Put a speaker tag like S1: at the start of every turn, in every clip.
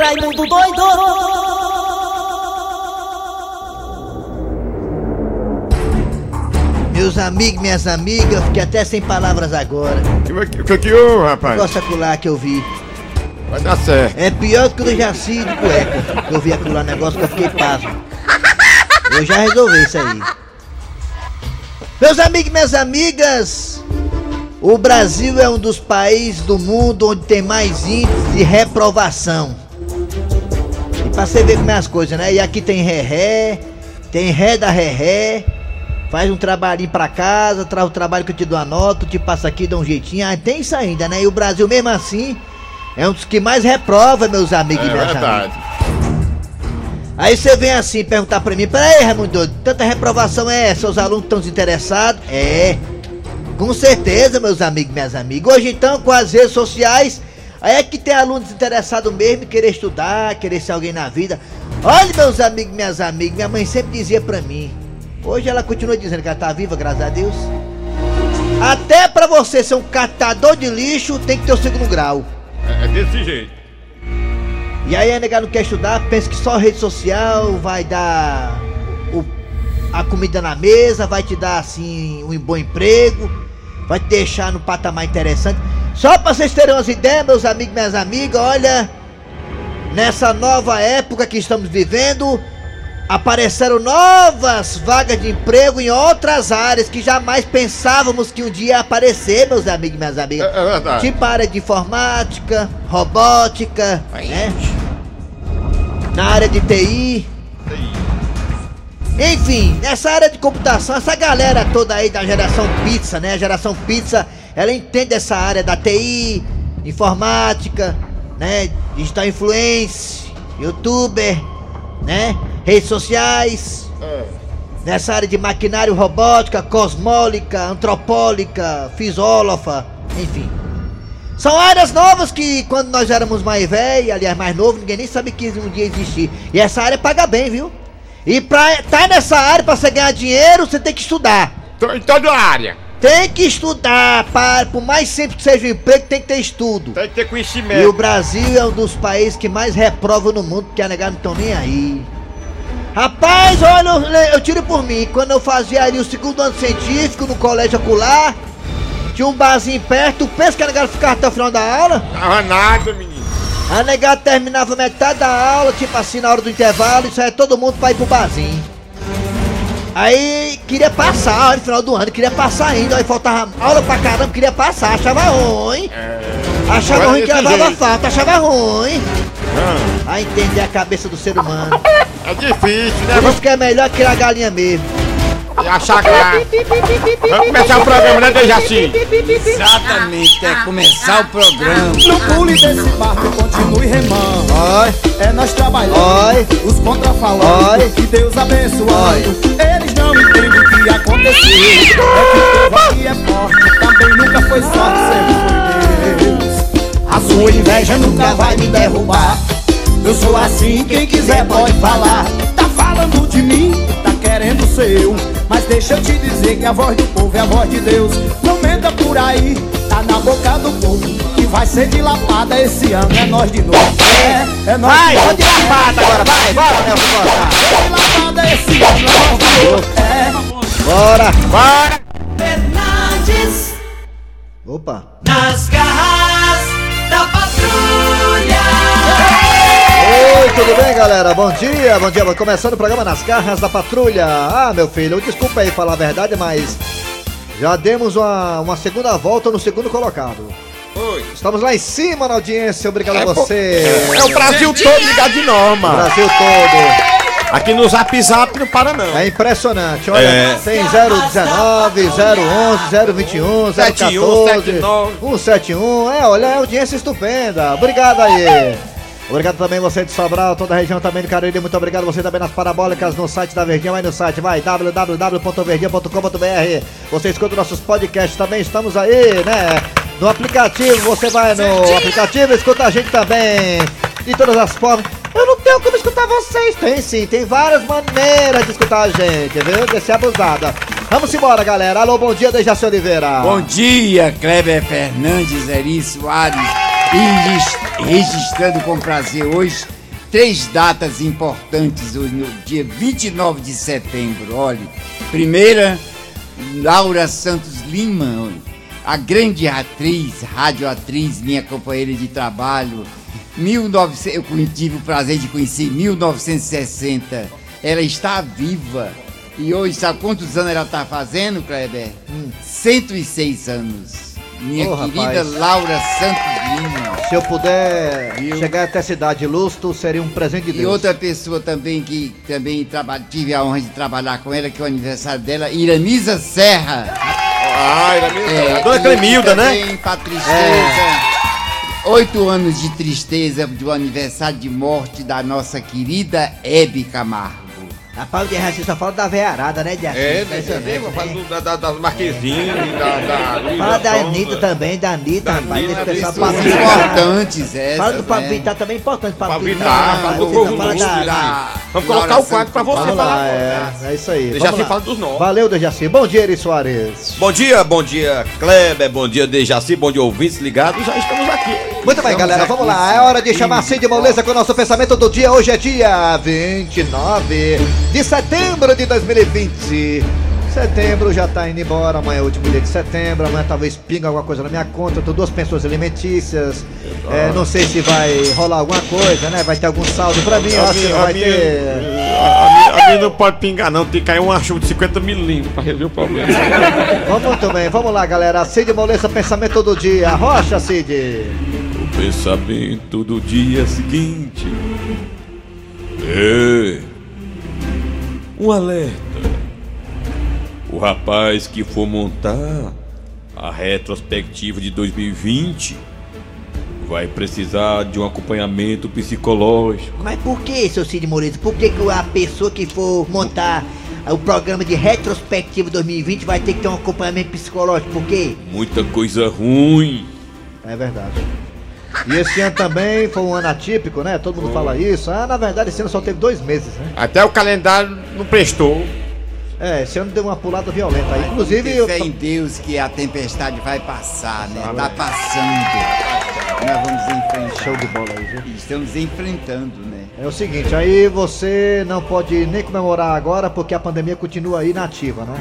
S1: Raimundo doido!
S2: Meus amigos, minhas amigas, eu fiquei até sem palavras agora.
S3: O que, é que, que houve, rapaz?
S2: Gosta acular que eu vi.
S3: Vai dar certo.
S2: É pior que o do Jaci de cueca. Eu vi acular negócio que eu fiquei pasmo. Eu já resolvi isso aí. Meus amigos e minhas amigas, o Brasil é um dos países do mundo onde tem mais índice de reprovação. E pra você ver como é as coisas, né? E aqui tem ré-ré, tem ré da ré-ré, faz um trabalhinho pra casa, traz o trabalho que eu te dou a nota, te passa aqui, dá um jeitinho. Ah, tem isso ainda, né? E o Brasil, mesmo assim, é um dos que mais reprova, meus amigos
S3: É
S2: e minhas
S3: verdade.
S2: amigas. Aí você vem assim perguntar pra mim, peraí, Raimundo, doido, tanta reprovação é essa? Os alunos estão desinteressados? É. Com certeza, meus amigos e minhas amigas. Hoje então, com as redes sociais, aí é que tem aluno desinteressado mesmo, em querer estudar, querer ser alguém na vida. Olha, meus amigos e minhas amigas, minha mãe sempre dizia pra mim. Hoje ela continua dizendo que ela tá viva, graças a Deus. Até pra você ser um catador de lixo, tem que ter o segundo grau.
S3: É, é desse jeito.
S2: E aí a negada não quer estudar, pensa que só rede social vai dar o- a comida na mesa, vai te dar assim um bom emprego, vai te deixar no patamar interessante. Só pra vocês terem umas ideias, meus amigos e minhas amigas, olha, nessa nova época que estamos vivendo, apareceram novas vagas de emprego em outras áreas que jamais pensávamos que um dia ia aparecer, meus amigos e minhas
S3: É,
S2: amigas.
S3: é verdade.
S2: Tipo a área de informática, robótica, né? Na área de TI. Enfim, nessa área de computação, essa galera toda aí da geração pizza, né? A geração pizza, ela entende essa área da TI, informática, né? Digital influence, youtuber, né? Redes sociais.
S3: É.
S2: Nessa área de maquinário robótica, cosmólica, antropólica, fisólofa, enfim. São áreas novas que quando nós éramos mais velhos, aliás, mais novo, ninguém nem sabe que um dia existir. E essa área paga bem, viu? E pra tá nessa área, pra você ganhar dinheiro, você tem que estudar.
S3: Tô em toda a área.
S2: Tem que estudar, para, por mais simples que seja o emprego, tem que ter estudo.
S3: Tem que ter
S2: E o
S3: conhecimento.
S2: Brasil é um dos países que mais reprova no mundo, porque a negada não estão nem aí. Rapaz, olha, eu, eu tiro por mim. Quando eu fazia ali o segundo ano científico no colégio ocular, tinha um barzinho perto, pensa que a negada ficava até o final da aula?
S3: Tava nada, Tá menino.
S2: A negada Ah, terminava metade da aula, tipo assim, na hora do intervalo, e saia todo mundo pra ir pro barzinho. Aí queria passar, olha, no final do ano, queria passar ainda, aí faltava aula pra caramba, queria passar, achava ruim. Achava
S3: É. Agora
S2: ruim que
S3: desse
S2: levava
S3: jeito.
S2: falta, achava ruim.
S3: Ah,
S2: A entender a cabeça do ser humano.
S3: é difícil, né?
S2: Por isso que é melhor criar galinha mesmo.
S3: Vamos achar que Vamos começar o programa, né, Dejaci?
S4: Exatamente, é começar o programa.
S5: Não pule desse barco, continue remando.
S2: Oi,
S5: É nós trabalhando,
S2: Oi.
S5: os contra falando,
S2: Oi.
S5: que Deus abençoando.
S2: Oi.
S5: Eles não entendem o que aconteceu. É que o povo aqui é forte, também nunca foi só sempre foi Deus. A sua inveja nunca vai me derrubar. Eu sou assim, quem quiser pode falar. Tá falando de mim, tá querendo ser eu. Mas deixa eu te dizer que a voz do povo é a voz de Deus. Não menta por aí, tá na boca do povo. Que vai ser dilapada esse ano, é nós de novo. É, é nós de novo.
S2: agora, vai, bora, Nelson, bora.
S5: É dilapada esse ano, é nós de novo. É.
S2: Bora.
S3: Bora!
S1: Fernandes,
S2: Opa.
S1: nas garras da patrulha.
S2: Oi, tudo bem, galera? Bom dia, bom dia. Começando o programa Nas Garras da Patrulha. Ah, meu filho, desculpa aí falar a verdade, mas já demos uma, uma segunda volta no segundo colocado.
S3: Oi.
S2: Estamos lá em cima na audiência, obrigado a
S3: É, pô.
S2: você.
S3: É o Brasil todo ligado de nó, mano.
S2: Brasil todo.
S3: Aqui no Zap Zap não para, não.
S2: É impressionante, olha,
S3: É.
S2: tem 019, 011, 021, 014,
S3: 71,
S2: 171, é, olha, é audiência estupenda, obrigado aí. Obrigado também você de Sobral, toda a região também do Cariri, muito obrigado você também nas parabólicas no site da Verdinha, vai no site, vai, www.verdinha.com.br, você escuta nossos podcasts também, estamos aí, né, no aplicativo, você vai no aplicativo, escuta a gente também, de todas as formas. Eu não tenho como escutar vocês. Tem sim, tem várias maneiras de escutar a gente, viu? De ser abusada. Vamos embora, galera. Alô, bom dia, Dejaci Oliveira.
S4: Bom dia, Kleber Fernandes, Eri Soares, E regis- registrando com prazer hoje três datas importantes hoje no dia 29 de setembro. Olha, primeira, Laura Santos Lima, a grande atriz, radioatriz, minha companheira de trabalho. 1900, eu con- tive o prazer de conhecer em 1960. Ela está viva. E hoje, sabe quantos anos ela está fazendo, Kleber? 106 anos. Minha
S2: Ô,
S4: querida
S2: rapaz.
S4: Laura Santos Lima.
S2: Se eu puder
S4: Viu?
S2: chegar até a cidade de Lusto, seria um presente de
S4: E
S2: Deus.
S4: outra pessoa também que também traba- tive a honra de trabalhar com ela, que é o aniversário dela, Iranisa Serra.
S3: Ai, era mesmo. a
S4: É,
S3: dona
S4: e
S3: Clemilda, né?
S4: também pra tristeza.
S2: É.
S4: Oito anos de tristeza do aniversário de morte da nossa querida Hebe Camargo.
S2: Rapaz, o de Jaci só fala da veiarada, né, de Jaci?
S3: É, né?
S2: Impressionante,
S3: é,
S2: né?
S3: faz do- da- da- das Marquezinhas, da, da Luísa
S2: Fala da
S3: Sonza.
S2: Anitta tá também, da Anitta,
S3: Da
S2: rapaz.
S3: Anitta,
S2: Esse pessoal
S3: isso,
S2: fala
S4: Pessoas
S3: Pablito.
S4: importantes essas,
S2: Fala do Pablo
S4: né?
S2: Vittar também é importante.
S3: Pablo
S2: Vittar,
S3: Vittar,
S2: fala
S3: do
S2: do
S3: povo
S2: Vittar,
S3: do
S2: fala da-
S4: da-
S3: Vamos colocar
S4: Laura
S3: o quadro pra
S4: Santos
S3: você
S2: Vamos
S3: falar.
S2: lá, é, é isso aí.
S3: Eu
S2: vamos
S3: já se
S2: lá.
S3: fala dos nós.
S2: Valeu, Dejaci. Bom dia, Eri Soares.
S6: Bom dia, bom dia Kleber, bom dia Dejaci, bom dia ouvintes ligados, já estamos aqui.
S2: Muito bem,
S4: Estamos
S2: galera,
S4: aqui,
S2: vamos lá.
S4: sim.
S2: É hora de chamar Cid Moleza com o nosso pensamento do dia. Hoje é dia 29 de setembro de 2020. Setembro já tá indo embora, amanhã é o último dia de setembro, amanhã talvez pinga alguma coisa na minha conta, eu tô duas pensões alimentícias, é, não sei se vai rolar alguma coisa, né? Vai ter algum saldo pra mim, eu
S3: A
S2: acho que
S3: minha,
S2: não
S3: a,
S2: vai
S3: minha,
S2: ter.
S3: a, minha, a minha não pode pingar, não. Tem que cair uma chuva de 50 milímetros pra resolver o problema.
S2: Vamos muito bem, vamos lá, galera. Cid Moleza, pensamento do dia. Rocha, Cid.
S6: O pensamento do dia seguinte é um alerta. O rapaz que for montar a retrospectiva de 2020 vai precisar de um acompanhamento psicológico.
S2: Mas por que, seu Cid Moreira? Por que, que a pessoa que for montar o programa de retrospectiva 2020 vai ter que ter um acompanhamento psicológico? Por quê?
S6: Muita coisa ruim.
S2: É verdade. E esse ano também foi um ano atípico, né? Todo mundo fala isso. Ah, na verdade, esse ano só teve dois meses, né?
S3: Até o calendário não prestou.
S2: É, esse ano deu uma pulada violenta. aí. Inclusive,
S4: Tem
S2: eu...
S4: fé em Deus que a tempestade vai passar, né? Tá passando. Nós vamos enfrentar.
S2: show de bola aí, viu?
S4: Estamos enfrentando, né?
S2: É o seguinte, aí você não pode nem comemorar agora porque a pandemia continua aí nativa, né?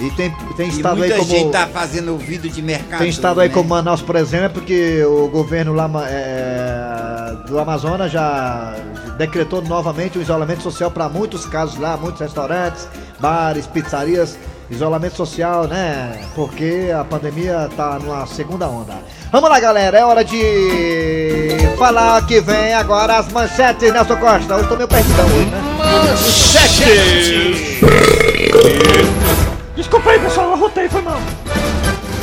S2: E tem, tem
S4: E
S2: estado aí
S4: muita
S2: como...
S4: gente tá fazendo ouvido de mercado.
S2: Tem estado aí
S4: né?
S2: como Manaus, por exemplo, que o governo lá ma- é, do Amazonas já decretou novamente o isolamento social para muitos casos lá, muitos restaurantes, bares, pizzarias, isolamento social, né? Porque a pandemia tá numa segunda onda. Vamos lá, galera, é hora de falar que vem agora as manchetes, Nelson Costa. Hoje tô meio perdidão hoje, né?
S3: Desculpa aí, pessoal, eu rotei, foi mal.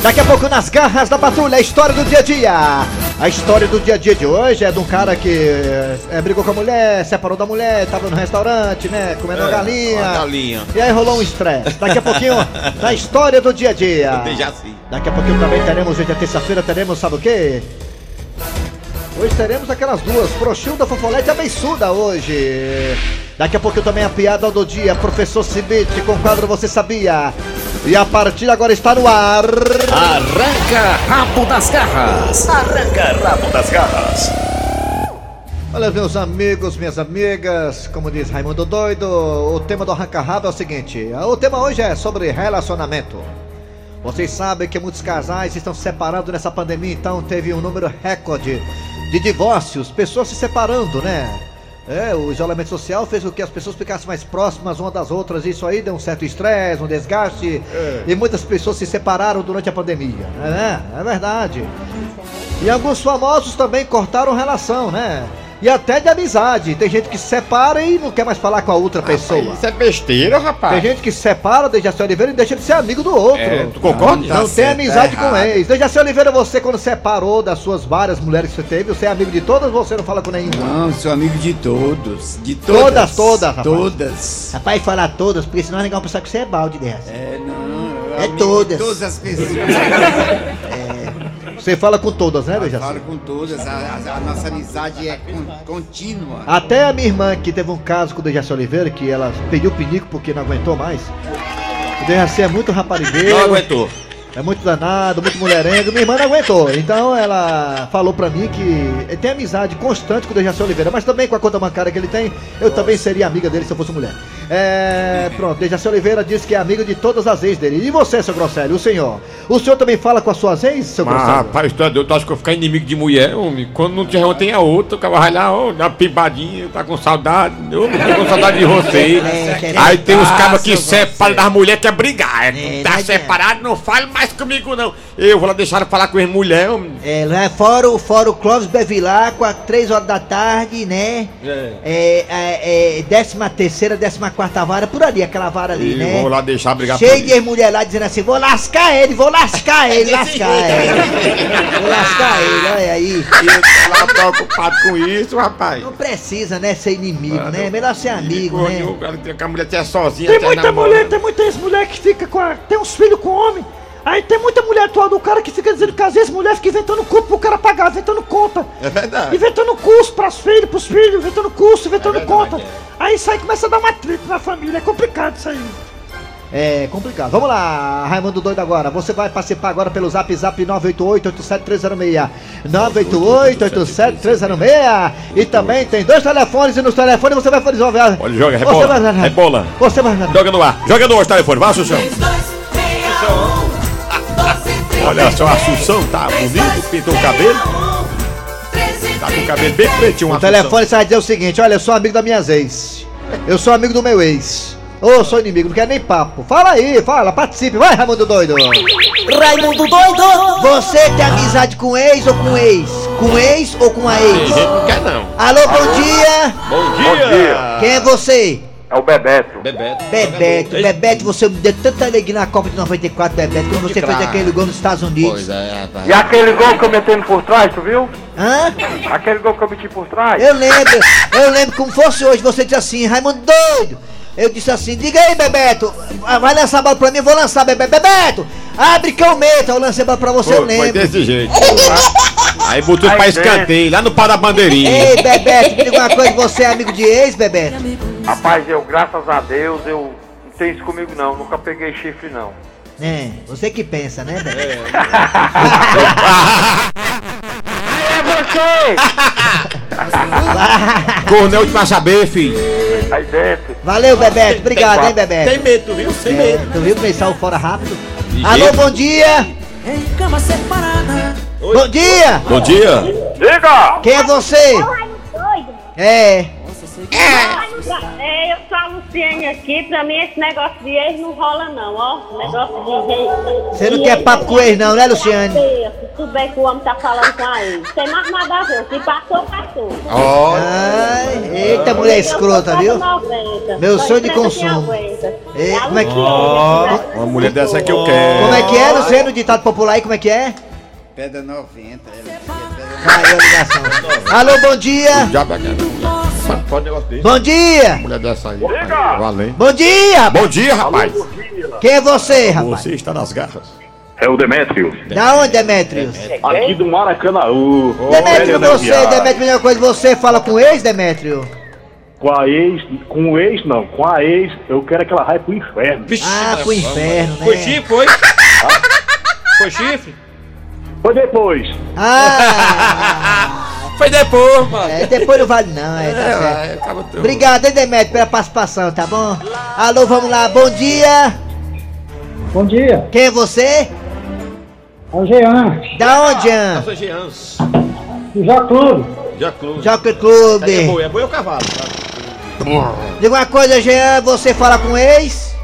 S2: Daqui a pouco nas garras da patrulha, a história do dia a dia. A história do dia a dia de hoje é de um cara que eh, brigou com a mulher, separou da mulher, tava no restaurante, né? Comendo uma galinha.
S6: É, uma galinha.
S2: E aí rolou um estresse. Daqui a pouquinho, na história do dia a dia.
S6: Dejaci.
S2: Daqui a pouquinho também teremos, hoje é terça-feira, teremos sabe o quê? Hoje teremos aquelas duas, Frouxinho da Fofolete e Abençuda hoje. Daqui a pouco também a piada do dia, professor Cibite, com o quadro Você Sabia. E a partida agora está no ar.
S7: Arranca rabo das garras. Arranca rabo das garras.
S2: Olha, meus amigos, minhas amigas, como diz Raimundo Doido, o tema do Arranca Rabo é o seguinte: o tema hoje é sobre relacionamento. Vocês sabem que muitos casais estão se separando nessa pandemia, então teve um número recorde de divórcios, pessoas se separando, né? É, o isolamento social fez com que as pessoas ficassem mais próximas umas das outras, e isso aí deu um certo estresse, um desgaste, e muitas pessoas se separaram durante a pandemia, né? É verdade. E alguns famosos também cortaram relação, né? E até de amizade. Tem gente que separa e não quer mais falar com a outra pessoa.
S3: Isso é besteira,
S2: Tem
S3: rapaz.
S2: gente que separa, Dejaci Oliveira, e deixa de ser amigo do outro.
S3: É, tu concorda?
S4: Tá
S2: não tem
S4: certo,
S2: amizade
S4: tá
S2: com
S4: errado.
S2: ex. Dejaci Oliveira, você quando separou das suas várias mulheres que você teve, você é amigo de todas, você não fala com nenhuma.
S4: Não, sou amigo de todos. De
S2: Todas,
S4: todas.
S2: todas, rapaz.
S4: Todas.
S2: Rapaz, falar todas, porque senão é legal pensar que você é balde dessa.
S4: É, não.
S2: É
S4: amigo
S2: todas.
S4: de Todas as pessoas.
S2: É. Você fala com todas, né, Dejaci?
S4: Falo com todas. A, a- a nossa amizade é con- contínua.
S2: Até a minha irmã, que teve um caso com o Dejaci Oliveira, que ela pediu pinico porque não aguentou mais. O Dejaci é muito raparigueiro.
S6: Não aguentou.
S2: É muito danado, muito mulherengo. Minha irmã não aguentou. Então ela falou pra mim que ele tem amizade constante com o Dejaci Oliveira, mas também com a conta bancária que ele tem, eu também seria amiga dele se eu fosse mulher. É. Pronto, Dejaci Oliveira disse que é amigo de todas as ex dele. E você, seu Grosselio, o senhor? O senhor também fala com as suas ex, seu
S3: Mas,
S2: Grosselio?
S3: rapaz, tu é doido, tu acha que eu vou ficar inimigo de mulher, homem? Quando não tiver uma, tem a outra, o cara vai lá, ó, dá uma pibadinha, tá com saudade, eu tô com saudade de você.
S2: É,
S3: Aí tem os cabos que separam das mulheres, quer brigar. É, tá separado, não fale mais comigo, não. Eu vou lá deixar ela falar com as mulheres, homem.
S2: É, lá é fora, o- fora o Clóvis Bevilá, com a 3 horas da tarde, né?
S6: É.
S2: É. é, é, décima terceira, décima quarta vara, por ali, aquela vara ali,
S3: E
S2: né?
S3: vou lá deixar brigar
S2: Cheio
S3: isso.
S2: de mulher lá dizendo assim, vou lascar ele, vou lascar ele,
S8: É
S2: lascar ele. Vou lascar ele,
S8: Ah.
S2: olha aí.
S3: E eu tô lá preocupado com isso, rapaz.
S2: Não precisa, né, ser inimigo,
S3: Ah,
S2: né?
S3: não.
S2: Melhor ser amigo, né?
S3: Inimigo, cara, que A mulher até é sozinha,
S8: Tem
S3: até
S8: muita
S3: namorando.
S8: mulher, tem muita ex-mulher que fica com a... Tem uns filhos com homem. Aí tem muita mulher atual do cara que fica dizendo que às vezes mulher fica inventando culpa pro cara pagar, inventando conta.
S6: É verdade.
S8: Inventando curso pras filhos, pros filhos, inventando curso, inventando
S6: verdade,
S8: conta.
S6: é.
S8: Aí isso aí começa a dar uma trip na família, é complicado isso aí.
S2: É complicado. Vamos lá, Raimundo Doido agora. Você vai participar agora pelo zap zap 988-87306. 988-87306. E também tem dois telefones e nos telefones você vai resolver.
S6: Olha, joga,
S2: Você
S6: rebola,
S2: vai-
S6: rebola.
S2: Você vai.
S6: Joga no ar. Joga no ar o telefone. Vai, Assunção.
S1: 3261
S6: Então, Olha só, a Assunção tá bonito, pintou o
S9: um.
S6: cabelo. Tá com o cabelo bem pretinho,
S2: O
S6: Assunção.
S2: telefone você vai dizer o seguinte: olha, eu sou amigo da minhas ex. Eu sou amigo do meu ex. Ou sou inimigo, não quer nem papo. Fala aí, fala, participe. Vai, Raimundo Doido.
S1: Raimundo doido
S2: Você tem amizade com ex ou com ex? Com ex ou com a
S3: Tem
S2: ex?
S3: gente que não quer, não.
S2: Alô, bom dia.
S6: Bom
S10: dia.
S2: Quem é você?
S10: É o Bebeto.
S6: Bebeto.
S2: Bebeto, Bebeto, você me deu tanta alegria na Copa de 94, Bebeto, quando você fez
S6: craque.
S2: aquele gol nos Estados Unidos.
S6: Pois é, rapaz.
S10: E aquele gol que eu metendo por trás, tu viu?
S2: Hã?
S10: Aquele gol que eu meti por trás.
S2: Eu lembro, eu lembro como fosse hoje, você disse assim, Raimundo doido. Eu disse assim, diga aí, Bebeto, ah, vai lançar a bola pra mim, eu vou lançar, Bebeto. Bebeto, abre que eu meto, eu lancei a bola pra você, eu
S6: Foi, foi
S2: lembro.
S6: desse jeito.
S2: Uhum.
S6: Aí botou
S10: Aí
S6: pra
S10: dentro.
S6: escanteio, lá no pau da bandeirinha.
S2: Ei, Bebeto, me diga uma coisa, você é amigo de ex, Bebeto?
S10: Rapaz, eu, graças a Deus, eu não tenho isso comigo não. Nunca peguei chifre não.
S2: É, você que pensa, né, Bebeto?
S10: É você!
S6: Cornel de pra saber, filho.
S10: Aí dentro.
S2: Valeu, Bebeto, obrigado, hein, Bebeto.
S6: Tem medo, viu? Sem
S2: É, tu viu começar o fora rápido? Alô, bom dia!
S1: Em cama separada
S2: Bom dia!
S6: Bom dia.
S10: Diga!
S2: Quem é você? É.
S11: É, eu sou a Luciane aqui. Pra mim, esse negócio de ex não rola, não, ó. Negócio de ex.
S2: Você não
S11: de
S2: quer papo com ex não, né, Luciane?
S11: Se tu vê que o homem tá falando com a ex. Tem mais nada a ver. Se passou, passou.
S6: Ó,
S2: Ai, eita, mulher escrota, viu? Meu sonho de consumo. Ei, como é que-
S11: é?
S6: uma mulher dessa que eu quero.
S2: Como é que é, Luciano, o ditado popular aí, como é que é?
S4: Pedra 90. ela-
S2: Caiu a ligação. Alô, bom dia!
S3: Já pra cá, não. Pode negócio desse.
S2: Bom dia!
S3: Mulher dessa aí. rapaz, Valendo.
S2: Bom dia! rapaz.
S3: Bom dia, rapaz.
S2: Quem é você, rapaz?
S6: você está nas garras.
S10: É o Demetrio.
S2: Da onde, Demetrios?
S10: Aqui do Maracanãú.
S2: Demetrio, você, Demetrio, melhor coisa, você fala com ex, Demetrio?
S10: Com a ex, com o ex não, com a ex, eu quero aquela raiva pro inferno.
S2: Ah, pro inferno,
S9: Foi
S2: né?
S9: chifre, foi? Foi chifre?
S10: Foi depois.
S2: Ah,
S9: Foi depois, mano.
S2: é, depois não vale não, é, tá certo.
S3: É, acaba tudo.
S2: Obrigado, hein, Demetrio, pela participação, tá bom? Alô, vamos lá, bom dia!
S5: Bom dia,
S2: Quem é você?
S5: é o Jean,
S2: Da onde, Jean?
S5: do Jó Clube.
S2: Jockey Clube.
S9: É boi ou cavalo?
S2: Diga uma coisa, Jean, você fala com ex?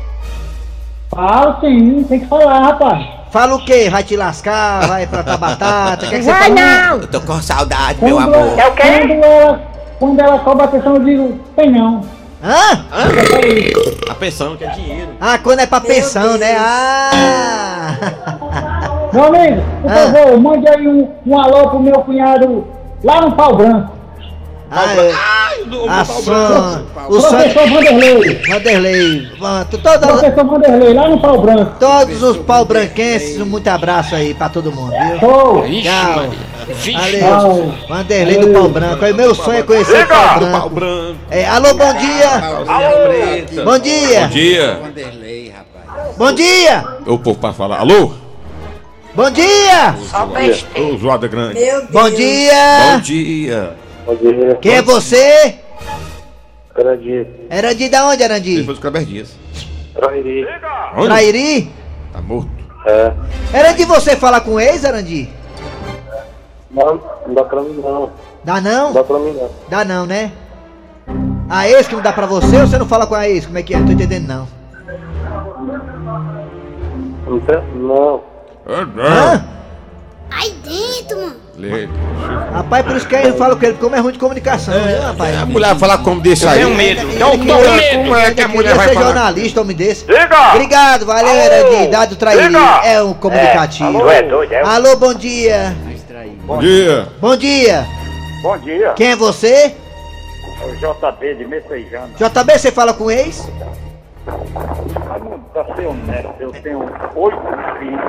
S5: Fala sim, tem que falar, rapaz.
S2: Fala o quê? Vai te lascar, vai plantar batata, o que, é que você
S5: Vai
S2: fala?
S5: não!
S1: Eu tô com saudade,
S5: Quando,
S11: É o quê?
S5: quando ela, quando ela cobra atenção, eu digo, tem não.
S2: Hã?
S9: A pensão, que é dinheiro.
S2: Ah, quando é pra pensão, né? Ah!
S5: Meu amigo, por
S2: Ah.
S5: favor, mande aí um, um alô pro meu cunhado lá no pau branco.
S2: ah, é.
S9: Ai, o
S2: A Son, o Tá Son,
S5: Professor Vanderlei.
S2: Vanderlei, pronto, toda-
S5: Professor Vanderlei, lá no pau branco.
S2: todos os pau-branquenses, um muito abraço aí pra todo mundo, viu?
S5: Show!
S12: É
S2: Tchau.
S5: Tchau.
S2: Valeu. Vanderlei do Pau Branco. Aí meu sonho é conhecer o Pau Branco.
S6: branco.
S2: É, alô, bom dia. Bom
S6: Bom
S2: dia.
S6: dia.
S4: Vanderlei, rapaz.
S2: Bom dia.
S6: Ô, povo pra falar. Alô?
S2: Bom dia!
S3: Ô, zoada grande.
S2: Meu Bom Deus. dia.
S3: Bom dia. Bom
S2: Quem é você?
S3: Grande.
S2: Erandi da onde, Erandi?
S3: Depois do Kleber Dias.
S2: Trairi. Trairi?
S3: Tá morto. É.
S2: Erandi, você fala com o ex, Erandi?
S10: Não, não dá pra mim não.
S2: Dá não?
S10: Dá pra mim não.
S2: Dá não, né? A ex que não dá pra você ou você não fala com a ex? Como é que é? Não tô entendendo não.
S10: Não. tem- não.
S3: Ah,
S2: Hã?
S13: Aí dentro, mano.
S2: Rapaz, por isso que eu falo com ele, porque como é ruim de comunicação, né, rapaz?
S3: A mulher falar como desse aí. Então,
S2: Ele
S3: como
S2: queria-
S3: é- como é que a
S2: ele
S3: mulher
S2: queria
S3: vai
S2: ser
S3: falar?
S2: jornalista, homem desse.
S3: Diga!
S2: Obrigado, valeu, Erandi. Dado traíri.
S3: Diga!
S2: É um comunicativo.
S3: É, alô, é doido, é um-
S2: Alô, bom dia.
S3: Bom dia.
S2: Bom dia.
S10: Bom dia.
S2: Quem é você?
S10: É o JB de Messejana.
S2: JB, você fala com o ex?
S10: Pra ser honesto, eu tenho oito filhos.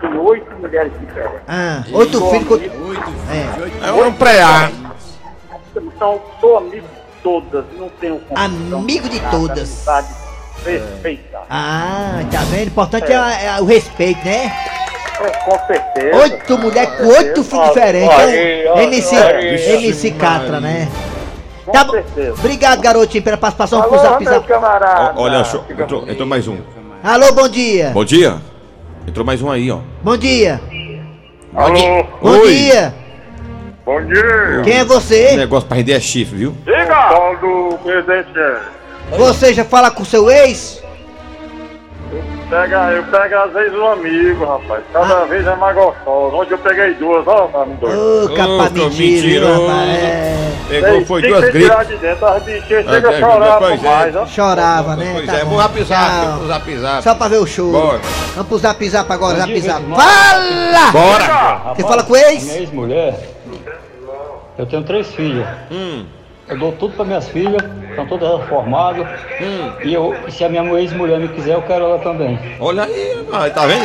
S10: Tenho oito mulheres diferentes.
S2: Ah, outro filho. com-
S3: É um pré-A.
S10: Então, sou amigo de todas, não tenho confusão
S2: Amigo de
S10: nada,
S2: todas.
S10: amizade Perfeita.
S2: Ah, tá vendo? O importante é, a- é o respeito, né?
S10: É, com certeza.
S2: Oito mulheres com oito filhos diferentes.
S10: Olha,
S2: Então,
S10: olha,
S2: MC,
S10: olha.
S2: MC Catra, né? Tá bom. Obrigado, garotinho, pela participação
S10: Alô,
S2: pro Zap
S10: meu
S2: Zap.
S10: camarada.
S3: Olha, só, entrou, entrou mais um.
S2: Alô, bom dia.
S3: Bom dia. Entrou mais um aí, ó.
S2: Bom dia.
S3: Alô.
S2: Bom dia.
S10: Bom dia.
S2: Quem é você?
S3: O negócio pra render é chifre, viu?
S10: Diga! Paulo do presidente. é.
S2: Você já fala com seu ex?
S10: Pega, eu pego às vezes um amigo, rapaz. Cada
S2: Ah.
S10: vez é mais gostoso. Onde eu peguei duas, ó, mano.
S2: Ô, capa mentira, viu, rapaz. É.
S3: Pegou, foi
S10: Tem
S3: duas
S10: que tirar
S3: gripes.
S10: de dentro, as bichinhas chegam
S3: É,
S10: a
S3: é,
S10: chorar
S3: pois
S10: por
S3: é.
S10: mais, ó.
S2: Chorava, né?
S3: Pois
S2: Tá
S3: é,
S2: bom.
S3: vou rapizar,
S2: Tchau.
S3: vou rapizar.
S2: Só pra ver o show.
S3: Bora.
S2: Vamos pro zap zap agora, zap zap.
S12: irmão.
S2: Fala!
S12: Bora!
S2: Você fala com o ex?
S12: Minha ex-mulher, eu tenho três filhas. Eu dou tudo para minhas filhas, estão todas elas formadas. E eu, se a minha ex-mulher me quiser, eu quero ela também.
S3: Olha aí, mano, tá vendo?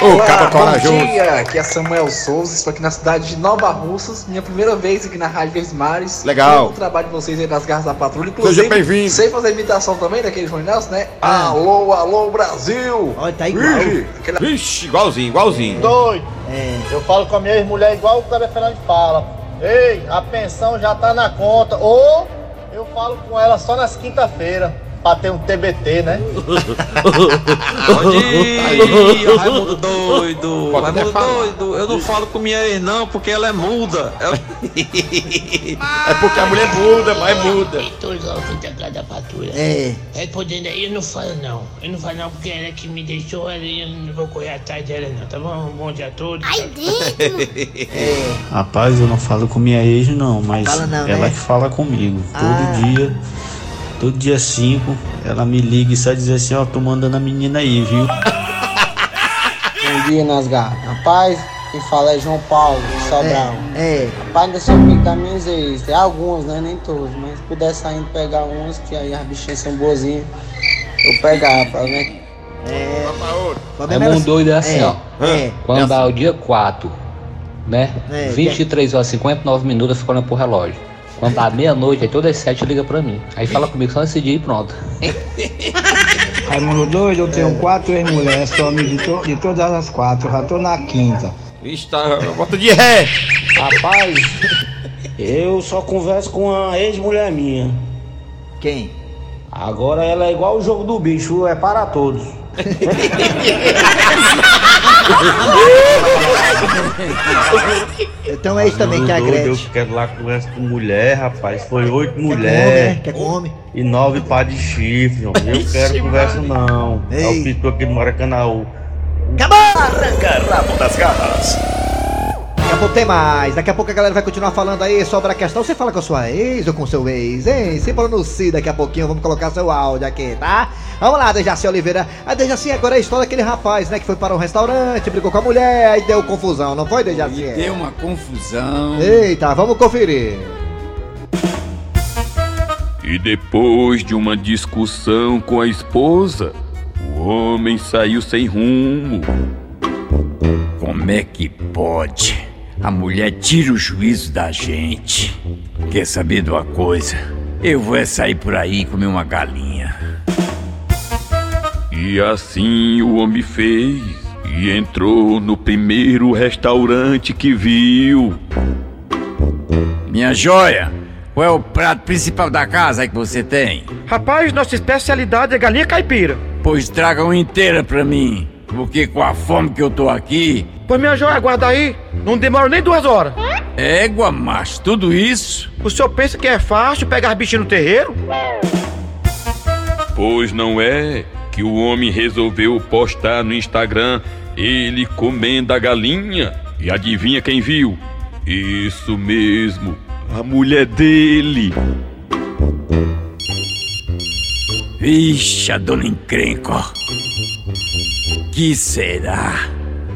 S3: Ô,
S14: Olá,
S3: cara
S14: Bom
S3: corajoso.
S14: dia, aqui é Samuel Souza, estou aqui na cidade de Nova Russas, minha primeira vez aqui na Rádio Verdes Mares.
S3: Legal.
S14: O trabalho de vocês aí nas garras da patrulha,
S3: Seja bem-vindo.
S14: sei fazer imitação também daquele João Nelson, né?
S3: Ah.
S14: Alô, alô, Brasil!
S2: Olha, tá
S14: Vixe, aquele
S3: Vixe, igualzinho, igualzinho.
S15: Doido. Eu falo com a minha ex-mulher igual o Cleber Fernandes fala. Ei, a pensão já tá na conta. Ou eu falo com ela só nas quinta-feiras. Pra ter um TBT, né?
S16: Bom dia, Raimundo doido.
S15: Pode até
S16: Raimundo
S15: falar.
S16: doido. Eu não falo com minha ex, não, porque ela é muda. Ela-
S3: É porque a mulher muda, mas muda.
S17: Todos os ouvintes da da patrulha.
S2: É.
S17: Respondendo aí, eu não falo não. Eu não falo não porque ela que me deixou, ela, eu não vou correr atrás dela não, tá bom? Bom dia a todos. Ai,
S18: Rapaz, eu não falo com minha ex, não, mas
S17: Fala não,
S18: ela
S17: né?
S18: que fala comigo.
S17: Ah.
S18: Todo dia, todo dia 5, ela me liga e sai dizer assim: Ó, tô mandando a menina aí, viu?
S19: Bom dia, Nasgar. Rapaz, quem fala é João Paulo, de Sobral.
S2: É.
S19: Rapaz, ainda sou amigo das minhas ex. Tem algumas, né? Nem todas. Mas se pudesse ainda pegar umas, que aí as bichinhas são boazinhas, eu pegava, rapaz, né?
S2: É.
S20: É um doido é assim, ó. Quando dá o dia 4, né?
S2: É,
S20: 23 horas e 59 minutos, eu fico olhando pro relógio. Quando dá meia-noite, aí todas as sete liga pra mim. Aí fala comigo só nesse dia e pronto.
S21: Raimundo doido, eu tenho quatro ex-mulheres, sou amigo de, to- de todas as quatro, já tô na quinta.
S3: Vixe, tá, bota de ré.
S21: Rapaz, eu só converso com uma ex-mulher minha.
S2: Quem?
S21: Agora ela é igual o jogo do bicho, é para todos.
S2: Eu tenho um ex também que é a
S22: Doido, eu
S2: Gretchen.
S22: quero lá conversa com mulher, rapaz. Foi oito
S2: Homem, né?
S22: mulheres
S2: Que é com homem.
S22: e nove par de chifre. homem. Eu quero conversa não. É o pitu aqui do Maracanãú.
S7: Carrabo das garras.
S2: Daqui a pouco tem mais. Daqui a pouco a galera vai continuar falando aí sobre a questão. Você fala com a sua ex ou com seu ex, hein? Se pronuncia daqui a pouquinho. Vamos colocar seu áudio aqui, tá? Vamos lá, Dejaci Oliveira. A Dejaci agora é a história daquele rapaz, né? Que foi para um restaurante, brigou com a mulher aí deu confusão. Não foi, Dejaci?
S4: Deu uma confusão.
S2: Eita, vamos conferir.
S23: E depois de uma discussão com a esposa, o homem saiu sem rumo.
S4: Como é que pode? A mulher tira o juízo da gente. Quer saber de uma coisa? Eu vou é sair por aí e comer uma galinha.
S23: E assim o homem fez. e entrou no primeiro restaurante que viu.
S4: Minha joia, qual é o prato principal da casa aí que você tem?
S1: Rapaz, nossa especialidade é galinha caipira.
S4: Pois tragam inteira pra mim, porque com a fome que eu tô aqui.
S1: Pois minha joia, aguarda aí. Não demora nem duas horas.
S4: é Égua, macho, tudo isso?
S1: O senhor pensa que é fácil pegar bicho no terreiro?
S23: Pois não é que o homem resolveu postar no Instagram ele comendo a galinha. E adivinha quem viu? Isso mesmo, a mulher dele.
S4: Ixi, a dona encrenco. Que será?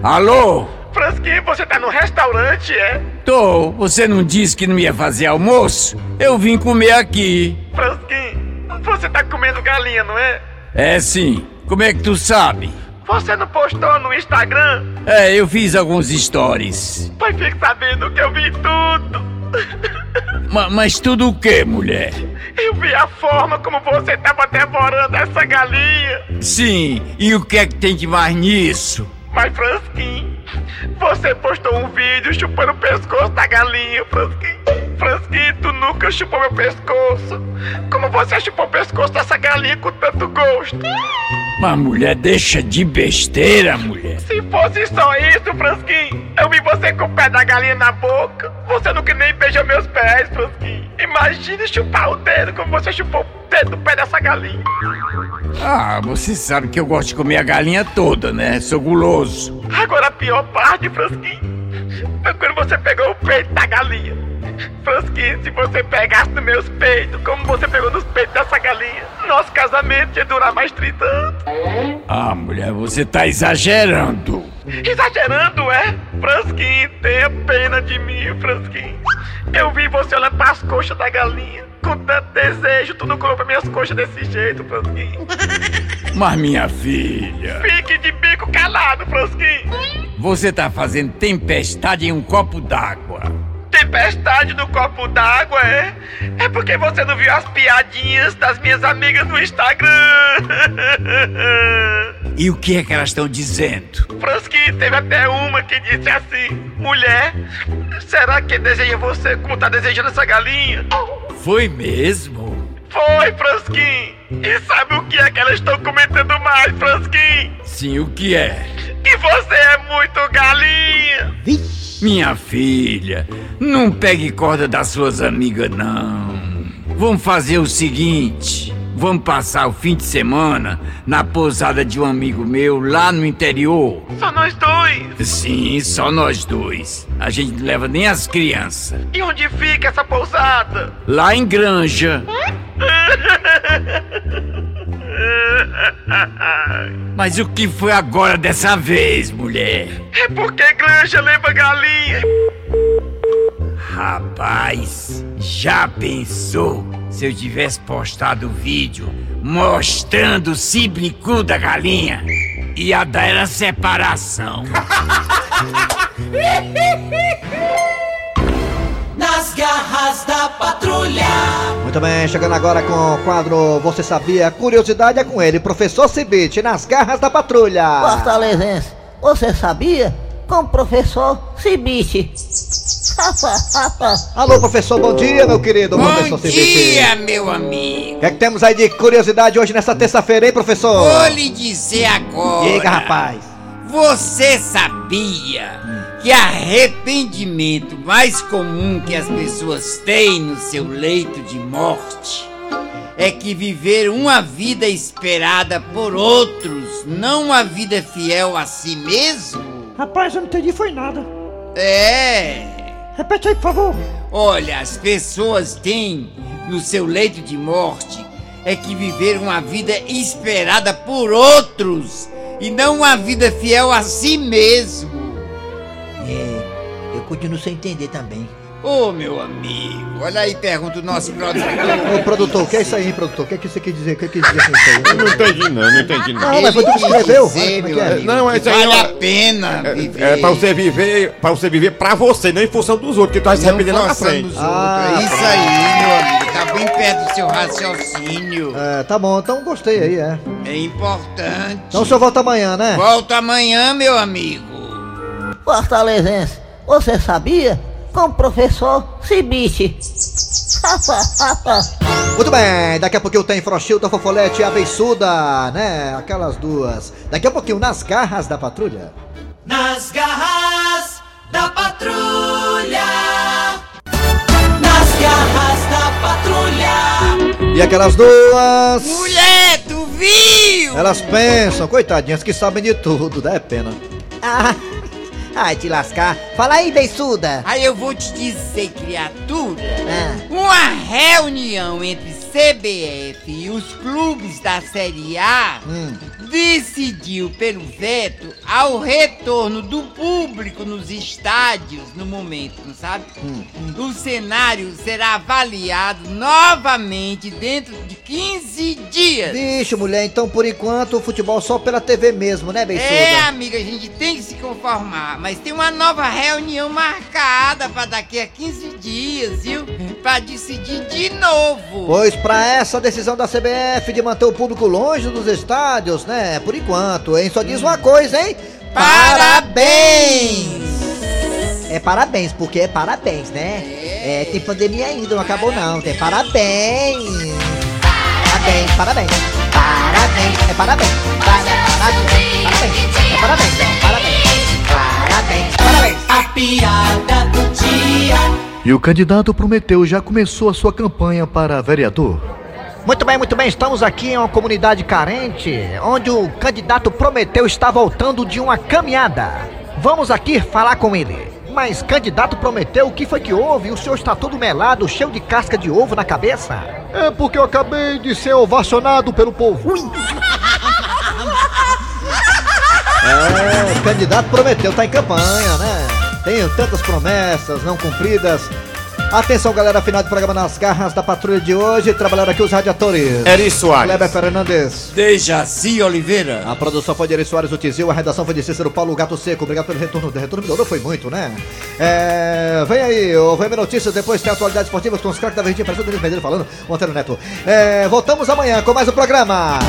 S4: Alô?
S1: Fransquinho, você tá no restaurante, é?
S4: Tô, você não disse que não ia fazer almoço? Eu vim comer aqui.
S1: Fransquinho, você tá comendo galinha, não é?
S4: É sim. Como é que tu sabe?
S1: Você não postou no Instagram?
S4: É, eu fiz alguns stories.
S1: Pois fique sabendo que eu vi tudo.
S4: Ma- mas tudo o que, mulher?
S1: Eu vi a forma como você tava devorando essa galinha.
S4: Sim, e o que é que tem de mais nisso?
S1: Mas, Fransquim, você postou um vídeo chupando o pescoço da galinha, Fransquim. Fransquim, tu nunca chupou meu pescoço. Como você chupou o pescoço dessa galinha com tanto gosto?
S4: Mas, mulher, deixa de besteira, mulher.
S1: Se fosse só isso, Fransquim, eu vi você com o pé da galinha na boca. Você nunca nem beijou meus pés, Fransquim. Imagine chupar o dedo como você chupou o dedo do pé dessa galinha.
S4: Ah, você sabe que eu gosto de comer a galinha toda, né? Sou guloso.
S1: Agora a pior parte, Fransquim, foi quando você pegou o peito da galinha. Fransquim, se você pegasse nos meus peitos, como você pegou nos peitos dessa galinha, nosso casamento ia durar mais 30 anos.
S4: Ah, mulher, você tá exagerando.
S1: Exagerando, é? Fransquim, tenha pena de mim, Fransquim. Eu vi você olhando pras coxas da galinha. Com tanto desejo, tu não colocou minhas coxas desse jeito, Fransquim.
S4: Mas, minha filha,
S1: Fique de bico calado, Fransquim.
S4: você tá fazendo tempestade em um copo d'água.
S1: Tempestade no copo d'água, é? É porque você não viu as piadinhas das minhas amigas no Instagram.
S4: E o que é que elas estão dizendo?
S1: Fransky, teve até uma que disse assim: Mulher, será que deseja você como tá desejando essa galinha?
S4: Foi mesmo?
S1: Foi, Franskin! E sabe o que é que elas estão comentando mais, Franskin?
S4: Sim, o que é?
S1: Que você é muito galinha!
S4: Minha filha, não pegue corda das suas amigas, não. Vamos fazer o seguinte: vamos passar o fim de semana na pousada de um amigo meu lá no interior.
S1: Só nós dois!
S4: Sim, só nós dois. A gente não leva nem as crianças.
S1: E onde fica essa pousada?
S4: Lá em Granja. Mas o que foi agora dessa vez, mulher?
S1: É porque granja leva galinha.
S4: Rapaz, já pensou se eu tivesse postado o vídeo mostrando o ciblicu da galinha? Ia dar era separação.
S6: Nas garras da patrulha.
S2: Muito bem, chegando agora com o quadro Você Sabia? Curiosidade é com ele, professor Cibite, nas garras da patrulha.
S8: Fortalezense, você sabia? Com o professor Cibite.
S2: Alô, professor, bom dia, meu querido
S4: Bom
S2: professor
S4: dia, meu amigo.
S2: O que é que temos aí de curiosidade hoje nessa terça-feira, hein, professor?
S4: Vou lhe dizer agora.
S2: Diga, rapaz.
S4: Você sabia que arrependimento mais comum que as pessoas têm no seu leito de morte é que viveram uma vida esperada por outros, não uma vida fiel a si mesmo?
S11: Rapaz, eu não entendi foi nada.
S4: É.
S11: Repete aí, por favor.
S4: Olha, as pessoas têm no seu leito de morte é que viveram uma vida esperada por outros e não uma vida fiel a si mesmo.
S8: É, eu continuo sem entender também.
S4: Ô, meu amigo, olha aí, pergunta o nosso produtor.
S2: Ô, produtor, o que é isso aí, hein, produtor? O que é que você quer dizer? O que é que quer dizer com isso aí?
S3: Eu não entendi, não, não entendi, não.
S2: Ah, mas foi tu que
S4: Ele
S2: escreveu?
S4: quis
S2: Olha
S4: dizer,
S2: como é que
S4: meu
S2: é.
S4: amigo,
S3: Não,
S4: que
S3: isso aí é
S4: Vale
S3: uma-
S4: a pena viver.
S3: É pra você viver, pra você viver pra você, não em função dos outros, que tu vai se assim. arrepender lá na frente.
S4: É isso aí, meu amigo. Tá bem perto do seu raciocínio.
S2: É, tá bom, então gostei aí, é.
S4: É importante.
S2: Então o senhor volta amanhã, né?
S4: Volta amanhã, meu amigo.
S8: Fortalezense, você sabia? Com o professor Cibite.
S2: Muito bem, daqui a pouquinho tem Frochilda, Fofolete e Abençuda, né? Aquelas duas. Daqui a pouquinho, nas garras da patrulha.
S6: Nas garras da patrulha. Nas garras da patrulha.
S2: E aquelas duas.
S6: Mulher, tu viu?
S2: Elas pensam, coitadinhas, que sabem de tudo, dá é pena.
S5: Ah, ai, te lascar. Fala aí, beiçuda.
S9: Aí eu vou te dizer, criatura,
S2: Ah,
S9: uma reunião entre CBF e os clubes da Série A
S2: hum.
S9: decidiu pelo veto ao retorno do público nos estádios no momento, não sabe? O cenário será avaliado novamente dentro de 15 dias.
S2: Vixe, mulher, então por enquanto o futebol só pela TV mesmo, né, Beiçuda?
S9: É, amiga, a gente tem que se conformar, mas tem uma nova reunião marcada pra daqui a 15 dias, viu? Pra decidir de novo.
S2: Pois pra essa decisão da CBF de manter o público longe dos estádios, né? Por enquanto, hein? Só diz uma coisa, hein? Parabéns!
S5: É parabéns, porque é parabéns, né? É, tem pandemia ainda, não acabou não. Tem parabéns. Parabéns, parabéns. Parabéns, é parabéns. Parabéns, parabéns. É parabéns, é parabéns. Parabéns, parabéns.
S6: A piada do dia.
S13: E o candidato Prometeu já começou a sua campanha para vereador.
S5: Muito bem, muito bem, estamos aqui em uma comunidade carente, onde o candidato Prometeu está voltando de uma caminhada. Vamos aqui falar com ele. Mas, candidato Prometeu, o que foi que houve? O senhor está todo melado, cheio de casca de ovo na cabeça?
S13: É porque eu acabei de ser ovacionado pelo povo.
S2: É, o candidato prometeu, tá em campanha, né? Tem tantas promessas não cumpridas. Atenção, galera, final do programa Nas Garras da Patrulha de hoje. Trabalharam aqui os radiadores.
S3: É
S4: Eri Soares.
S2: Kleber Fernandes.
S4: Dejaci Oliveira.
S2: A produção foi de Eri Soares, o Tizil. A redação foi de Cícero Paulo Gato Seco. Obrigado pelo retorno. O retorno melhorou, foi muito, né? É, vem aí, o VM Notícias. Depois tem atualidades esportivas com os craques da Verdinha. Parece o Danilo Medeiros falando. O Antônio Neto. É, voltamos amanhã com mais um programa.